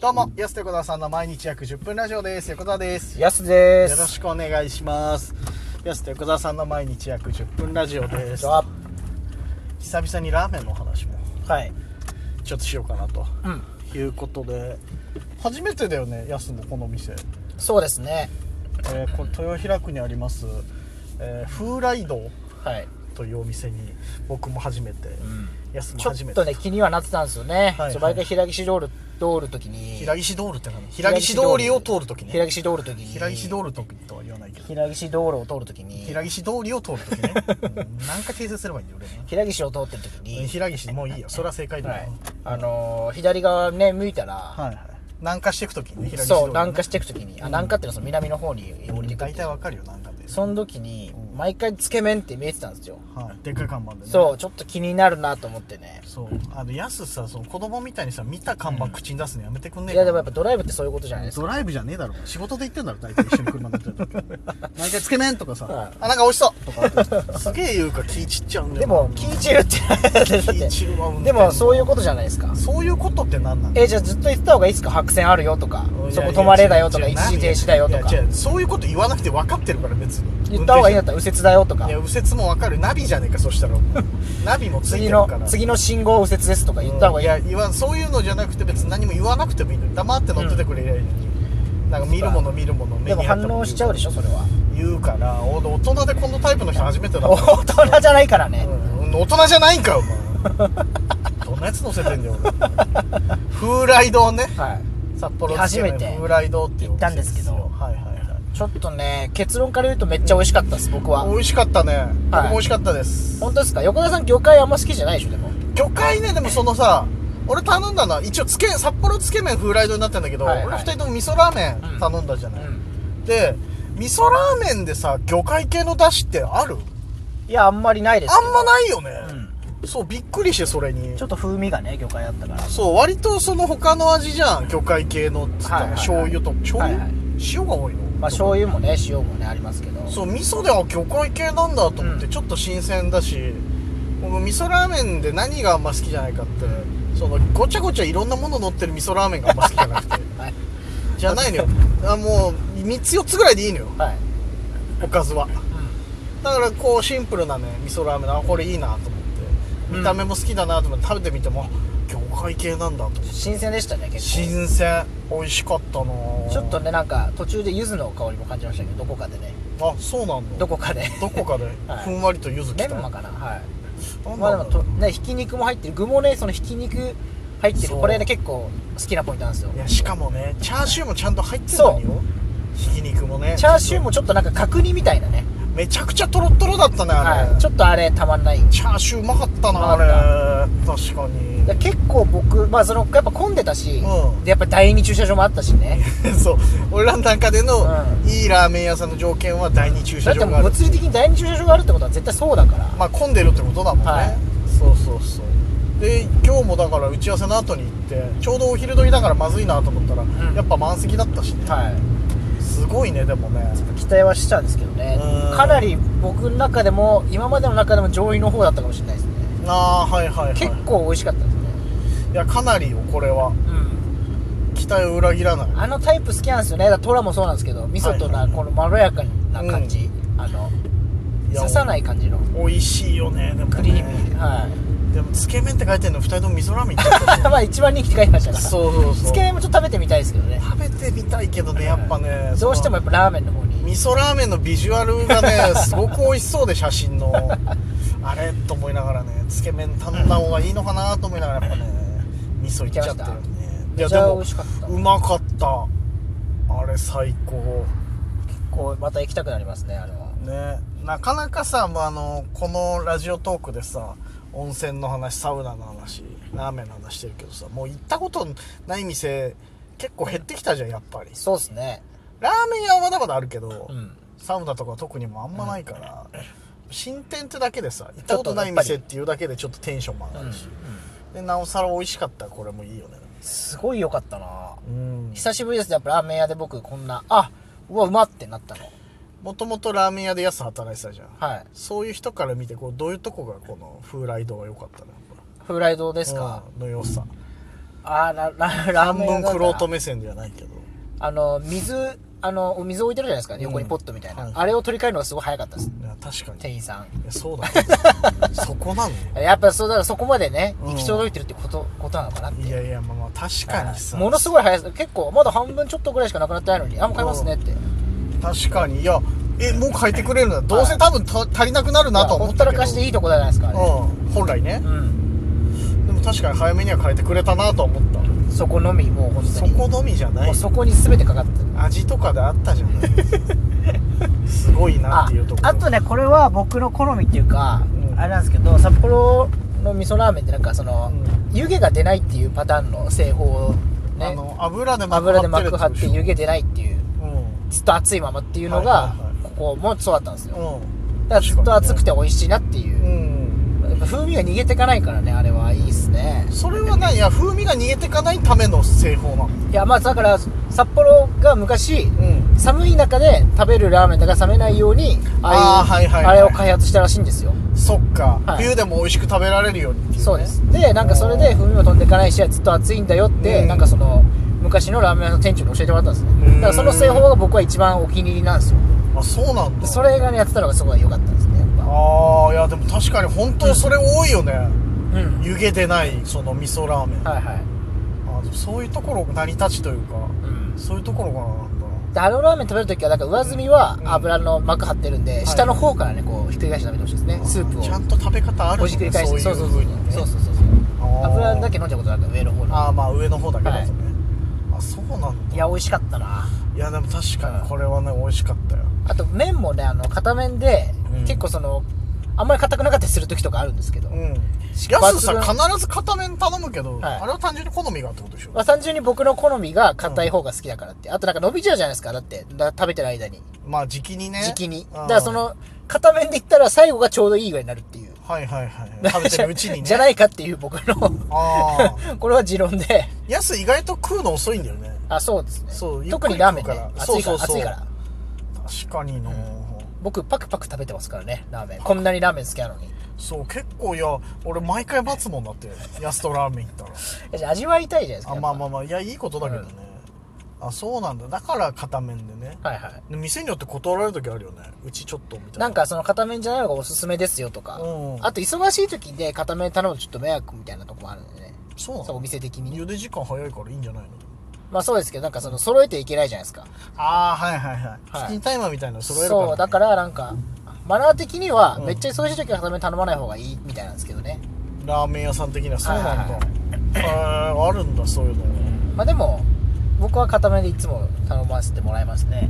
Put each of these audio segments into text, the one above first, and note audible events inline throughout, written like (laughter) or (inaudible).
どうも、安手小田さんの毎日約10分ラジオです。横田です。よやすでろす。しくお願いします。安手小田さんの毎日約10分ラジオです。は。久々にラーメンの話もはい。ちょっとしようかなとうん。いうことで、初めてだよね、安のこの店。そうですね。えーこれ豊平区にあります、えー風来堂はい。というお店に僕も初めて、ん。安もちょ初めってと。ね、気にはなってたんですよね。はいそう毎回平岸通る、通るときに。平岸通るって何平岸通りを通るときね。平岸通るときに。平岸通るときとは言わないけど。平岸道路を通るときに。平岸通りを通るとき (laughs) ね、うんなんか訂正すればいいんだよ俺な平岸を通ってるときに。平岸もういいよそれは正解だはよ、い。あのー、左側ね、向いたら。はいはい南下していくときね平岸通りそう、ね南下していくときに。あ、南下っていうのはその南の方に降りてくる大。体わかるよ南下で、その時に、毎回つけ麺って見えてたんですよ。はい、でっかい看板でねそう、ちょっと気になるなと思ってね。そうあのやすさその子供みたいにさ見た看板口に出すのやめてくんねいえかや、でもやっぱドライブってそういうことじゃないですか。ドライブじゃねえだろ仕事で行ってんだろ大体一緒に車乗ってる時毎回つけ麺とかさ、はいあなんか美味しそうとかってすげえ言うから気散っちゃうんだよでも、気い散るって。だって気散るわ運転でも、そういうことじゃないですか。そういうことって何なのえ、じゃあずっと言ってた方がいいですか白線あるよとかいや、そこ止まれだよとか、いや一時停止だよとかいや、違うそういうこと言わなくて分かってるから別に言った方がいいんだやったら右折だよとかいや、、右折も分かるナビじゃねえかそしたら (laughs) お前ナビもついて次るかのら、次の信号右折ですとか言った方がいい。や言わんそういうのじゃなくて別に何も言わなくてもいいのに黙って乗っててくれりゃいいのに、なんか見るもの見るもの目でもにあっ反たもの応しちゃうでしょ、それは。言うからお大人でこのタイプの人初めてだった、大人じゃないからね。うん大人じゃないんかよお前どんなやつ乗せてんだよ俺 (laughs) 風来堂ねはい。札幌つけ麺初めて風来堂っていうお店行ったんですけどよはいはいはいちょっとね、結論から言うとめっちゃ美味しかったです、僕は。美味しかったね、僕もはい美味しかったです本当ですか横田さん魚介あんま好きじゃないでしょ、でも。魚介ねでもそのさ俺頼んだのは一応つけ札幌つけ麺風来堂になってんだけど、はいはい俺二人とも味噌ラーメン頼んだじゃない、で味噌ラーメンでさ魚介系の出汁ってあるいや、あんまりないですあけど。んまないよね、うそうびっくりしてそれにん。ちょっと風味がね、魚介あったから。そう割とその他の味じゃん魚介系のっつったら、はいはいはい醤油と醤油、はいはい塩が多いのまあ、醤油もね、塩もね、ありますけど。そう味噌では魚介系なんだと思って、うんちょっと新鮮だし僕味噌ラーメンで何があんま好きじゃないかってそのごちゃごちゃいろんなもの乗ってる味噌ラーメンがあんま好きじゃなくて (laughs) はい。じゃない (laughs) のよあもう3つ4つぐらいでいいのよはい。おかずはだからこうシンプルなね味噌ラーメンあこれいいなと思って見た目も好きだなと思って食べてみてもあ魚介系なんだと思って新鮮でしたね、結構。新鮮美味しかったなぁちょっとねなんか途中で柚子の香りも感じましたけどどこかでねあそうなんだどこ (laughs) かでどこかで (laughs) はいふんわりと柚子メ来た、ンマかなはいなんまあだでろもうとねひき肉も入ってる具もねそのひき肉入ってるそうこれね結構好きなポイントなんですよいやしかもねチャーシューもちゃんと入ってるのによひき肉もねチャーシューもちょっとなんか角煮みたいなねめちゃくちゃトロットロだったねあれ、はいちょっとあれたまんないチャーシューうまかったなうまあれ確かにで結構僕まあそのやっぱ混んでたし、うんでやっぱ第二駐車場もあったしねそう俺らの中での、ういいラーメン屋さんの条件は第二駐車だって場もがうある物理的に第二駐車場があるってことは絶対そうだから、まあ混んでるってことだもんね、はいそうそうそうで今日もだから打ち合わせの後に行ってちょうどお昼時だからまずいなと思ったら、んやっぱ満席だったしねはいすごいねでもね期待はしたんですけどねうんかなり僕の中でも今までの中でも上位の方だったかもしれないですねああはいはいはい結構美味しかったですね、いやかなりよこれはうん、期待を裏切らないあのタイプ好きなんですよねだからトラもそうなんですけど味噌とはいなはいこのまろやかな感じ、あのいや刺さない感じの美味しいよねでもねクリーミーで、はでもつけ麺って書いてるの2人とも味噌ラーメン行っちゃったい (laughs) まあ一番人気って書いてま (laughs) したからそうそうそうつけ麺もちょっと食べてみたいですけどね食べてみたいけどねやっぱねどうしてもやっぱラーメンの方に味噌ラーメンのビジュアルがねすごく美味しそうで写真 (laughs) のあれと思いながらねつけ麺頼んだ方がいいのかなと思いながらやっぱね味噌いっちゃってるねいめやちでゃ美も味しかったうまかったあれ最高こうまた行きたくなりますねあれはねなかなかさ、まあ、あのこのラジオトークでさ温泉の話サウナの話ラーメンの話してるけどさもう行ったことない店結構減ってきたじゃんやっぱりそうですねラーメン屋はまだまだあるけど、うんサウナとか特にもうあんまないから、新店ってだけでさ行っちたょこっととやっぱないり店っていうだけでちょっとテンションも上がるし、でなおさら美味しかったらこれもいいよねすごい良かったなうん久しぶりですねやっぱラーメン屋で僕こんなあうわうまってなったのもともとラーメン屋で安働いてたじゃんはいそういう人から見てこうどういうとこがこの風来堂は良かったのやっぱ風来堂ですか、うんの良さあーラララー半メン屋分だくろうったとら目線ではないけどあの水あのお水置いてるじゃないですか、横にポットみたいな、はいあれを取り替えるのがすごい早かったですいや確かに店員さんいやそう (laughs) だけどそこなのよやっぱそうだからそこまでねうん行き届いてるってこと,、ことなのかなっていやいやまあまあ確かにさものすごい早さ結構まだ半分ちょっとぐらいしかなくなってないのにあもう買いますねって確かにいやえもう書いてくれるんだどうせ多分た足りなくなるなとはほ思っったたけらどかしていいとこじゃないですかあれうん本来ねうんでも確かに早めには変えてくれたなとは思ったそこのみもう本そ当にこのみじゃなもいうそこに全てかかってる味とかであったじゃないすごいなあっていうところあとねこれは僕の好みっていうか、うんあれなんですけど札幌の味噌ラーメンってなんかその、う湯気が出ないっていうパターンの製法をあねの油で油で膜張って湯気気出ないっていううんずっと熱いままっていうのはが、いはいはここもそうだったんですよだから確かずにねっと熱くて美味しいなっていうう、ん、やっぱ風味が逃げてかないからねあれはいいっすねうん、それはないいや風味が逃げてかないための製法なのいやまあだから札幌が昔うん寒い中で食べるラーメンだから冷めないようにああいうあーはいはいはあいれを開発したらしいんですよそっか、はい冬でも美味しく食べられるようにっていう、ね、そうですでなんかそれで風味も飛んでいかないしずっと熱いんだよって、うんなんかその昔のラーメン屋の店長に教えてもらったんですうんねだからその製法が僕は一番お気に入りなんですよあそうなんでだそれがねやってたのがすごい良かったですねやっぱああいやでも確かに本当それ多いよね、うん湯気出ないその味噌ラーメン、はいはいあでもそういうところ成り立ちというかうんそういうところがなんだであのラーメン食べるときはなんか上澄みは油の膜張ってるんで、い下の方からねこうひっくり返して食べてほしいですねスープをちゃんと食べ方あるほじくり返してそそうういそううそ風うにねそうそうそうあー油だけ飲んじゃことなく上の方のああまあ上の方だけだとね、あそうなんだいや美味しかったないやでも確かにこれはね美味しかったよあと麺もねあの片面で、うん結構そのあんまり硬くなかったりする時とかあるんですけど、うん抜群安さ必ず片面頼むけど、はいあれは単純に好みがってことでしょまあ、単純に僕の好みが硬い方が好きだからって、あとなんか伸びちゃうじゃないですかだってだ食べてる間にまあ時期にね時期にうんだからその片面で言ったら最後がちょうどいいぐらいになるっていうはいはいは (laughs) い食べてるうちにねじゃないかっていう僕のああこれは持論で安意外と食うの遅いんだよねあそうですねそうゆっく特りにラーメンね食うから熱いからそうそうそう熱いから確かにな、僕パクパク食べてますからねラーメンこんなにラーメン好きなのにそう結構いや俺毎回待つもんだって安とラーメン行ったらいや味わいたいじゃないですかあまあまああまあいやいいことだけどね、あそうなんだだから片面でねはいはいで店によって断られる時あるよねうちちょっとみたいななんかその片面じゃないのがおすすめですよとか、うんあと忙しい時で片面頼むとちょっと迷惑みたいなとこもあるんでねそうなそうおの店的にね茹で時間早いからいいんじゃないのまあそうですけどなんかその揃えていけないじゃないですかああはいはいはい、はいチキンタイマーみたいなの揃えるから、ね、そうだからなんかマナー的にはうんめっちゃ忙しい時は片面頼まない方がいいみたいなんですけどね、ラーメン屋さん的にはそうなんだ、はいはいへーあるんだそういうのまあでも僕は片面でいつも頼ませてもらいますね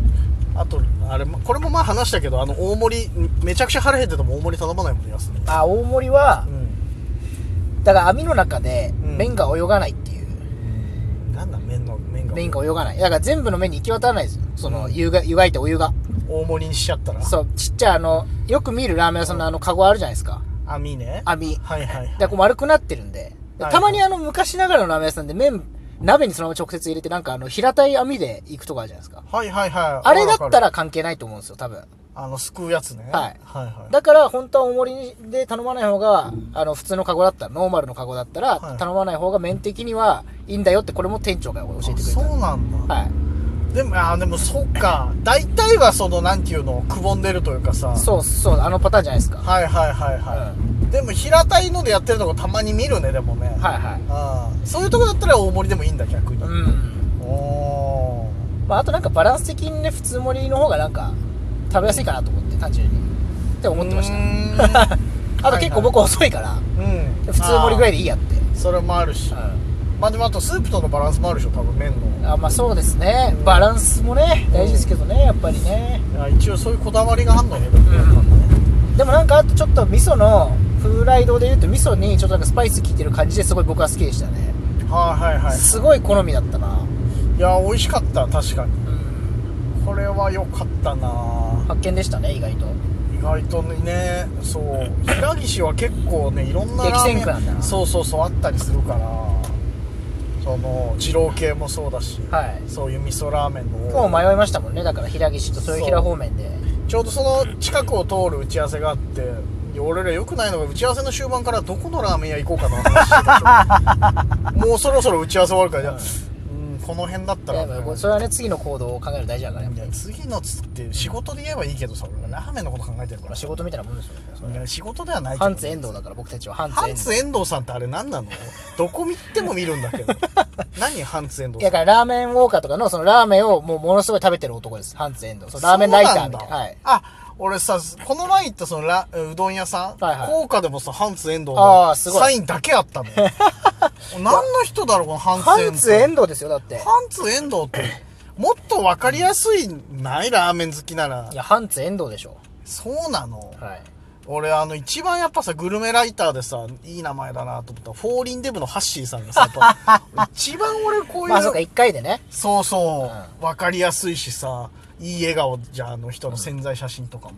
あとあれもこれもまあ話したけどあの大盛りめちゃくちゃ腹減ってても大盛り頼まないもんね安ねあ大盛りはうんだから網の中でうん麺が泳がないっていう、なんだ麺の麺が麺が泳がないだから全部の麺に行き渡らないですよその、うん湯が湯がいたお湯が大盛りにしちゃったらそうちっちゃいあのよく見るラーメン屋さんのあのカゴあるじゃないですか網ね網はいはいはいでこう丸くなってるんでではいたまにあの昔ながらのラーメン屋さんで麺鍋にそのまま直接入れてなんかあの平たい網で行くとこあるじゃないですかはいはいはいあれだったらら関係ないと思うんですよ多分あのすくうやつねはいはいはいだから本当は大盛りで頼まない方があの普通のカゴだったらノーマルのカゴだったはらい頼まない方が麺的にはいいんだよってこれも店長が教えてくあれそたうなんだ、はいでもあーでもそっか大体はそのなんていうのくぼんでるというかさそうそうあのパターンじゃないですかははいはいはいはい、でも平たいのでやってるとこたまに見るねでもね、いはいあーそういうとこだったら大盛りでもいいんだ逆に、うんおーまあ、あとなんかバランス的にね普通盛りの方がなんか食べやすいかなと思って単純にって思ってましうたーん (laughs) あと結構僕遅いからうん普通盛りぐらいいでいいやってそれもあるしまあでもあとスープとのバランスもあるでしょ多分麺うのんあまあそうですねバランスもね大事ですけどねやっぱりねいや一応そういうこだわりがあるのねでもね、うんやっぱねでもなんかあとちょっと味噌の風来堂でいうと味噌にちょっとなんかスパイス効いてる感じですごい僕は好きでしたねはいはいはいすごい好みだったないや美味しかった確かにうんこれは良かったな発見でしたね意外と意外とねそう平岸は結構ねいろんなラーメン激戦区なんだなそうそうそうあったりするからその二郎系もそうだし、はいそういう味噌ラーメンの今日迷いましたもんねだから平岸とそういう平方面でちょうどその近くを通る打ち合わせがあっていや俺ら良くないのが打ち合わせの終盤からどこのラーメン屋行こうかなって話してたでし (laughs) ょもうそろそろ打ち合わせ終わるからじゃあ、うん、この辺だったいやらやっぱそれはね次の行動を考える大事だからやっぱいや次のつって仕事で言えばいいけどさ俺ラーメンのこと考えてるかまあら仕事みたいなもんですよねそれいや仕事ではないけどハンツ遠藤だから僕たちはハンツハン遠藤ツ遠藤さんってあれ何 (laughs) なのどこ見ても見るんだけど何ハンツ遠い藤さやだんからラーメンウォーカーとかのそのラーメンをもうものすごい食べてる男ですハンツ遠藤そうラーメンライターみたいそうなはいんだあ俺さこの前行ったそのラうどん屋さん、はいはい高価でもさハンツ遠藤あのーすごいサインだけあ (laughs) ったの何の人だろうこのハンツハ遠ン藤ツ遠藤ですよだってハンツ遠藤ってもっと分かりやすいないラーメン好きならいやハンツ遠藤でしょそうなのはい俺あの一番やっぱさグルメライターでさいい名前だなと思ったフォーリンデブのハッシーさんがさやっ (laughs) ぱ一番俺こういうまあそうか1回でねそうそう、わかりやすいしさいい笑顔じゃんあの人の潜在写真とかも、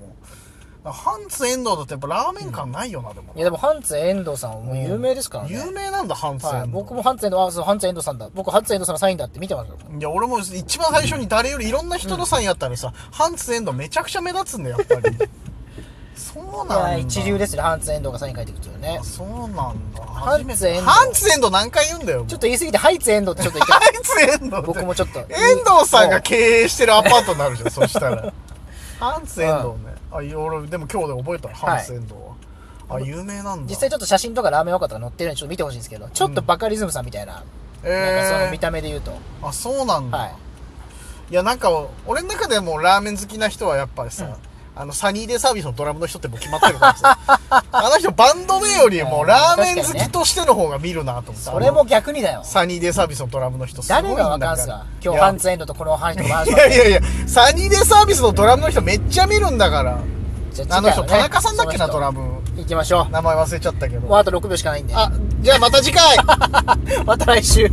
ハンツ遠藤だってやっぱラーメン感ないよな、でもいやでもハンツ遠藤さんはもう有名ですからね有名なんだハンツ遠藤、はい、僕もハンツエンド、あ、そう、ハンツエンドさんだ。僕、ハンツエンドさんのサインだって見てますよ。いや俺も一番最初に誰よりいろんな人のサインやったら (laughs) さ、ハンツ遠藤めちゃくちゃ目立つんだよやっぱりそうなんはだい、一流ですね、ハンツエンドがサイン書いてくるというねあ。そうなんだハンツ遠藤ハンツ遠藤何回言うんだよちょっと言い過ぎて、ハイツエンドってちょっと言ってハンツ遠藤って僕もちょっと。遠藤さんそがう経営してるアパートになるじゃんそした (laughs) らハンツ遠藤ね、あいや俺でも今日で覚えたハンツ遠藤は、あ有名なんだ実際ちょっと写真とかラーメンオカとか載ってるんで、ちょっと見てほしいんですけど、ちょっとバカリズムさんみたいな、なんかそのえ見た目で言うと。ー、あそうなんだ、はい。い、やなんか俺の中でもラーメン好きな人はやっぱりさ、あのサニーデイサービスのドラムの人ってもう決まってるから (laughs) さあの人バンド名よりもラーメン好きとしての方が見るなと思ってそれも逆にだよ。サニーデイサービスのドラムの人すごいん誰だがからわかんすか今い日、やハンツエンドとこのハンとこのハンい (laughs) やいやいや、サニーデイサービスのドラムの人めっちゃ見るんだから。じゃあの人、田中さんだっけな、ドトラム。行きましょ (laughs) 名前忘れちゃったけう。もうど。あと6秒しかないんで。あ、じゃあまた次回また来週。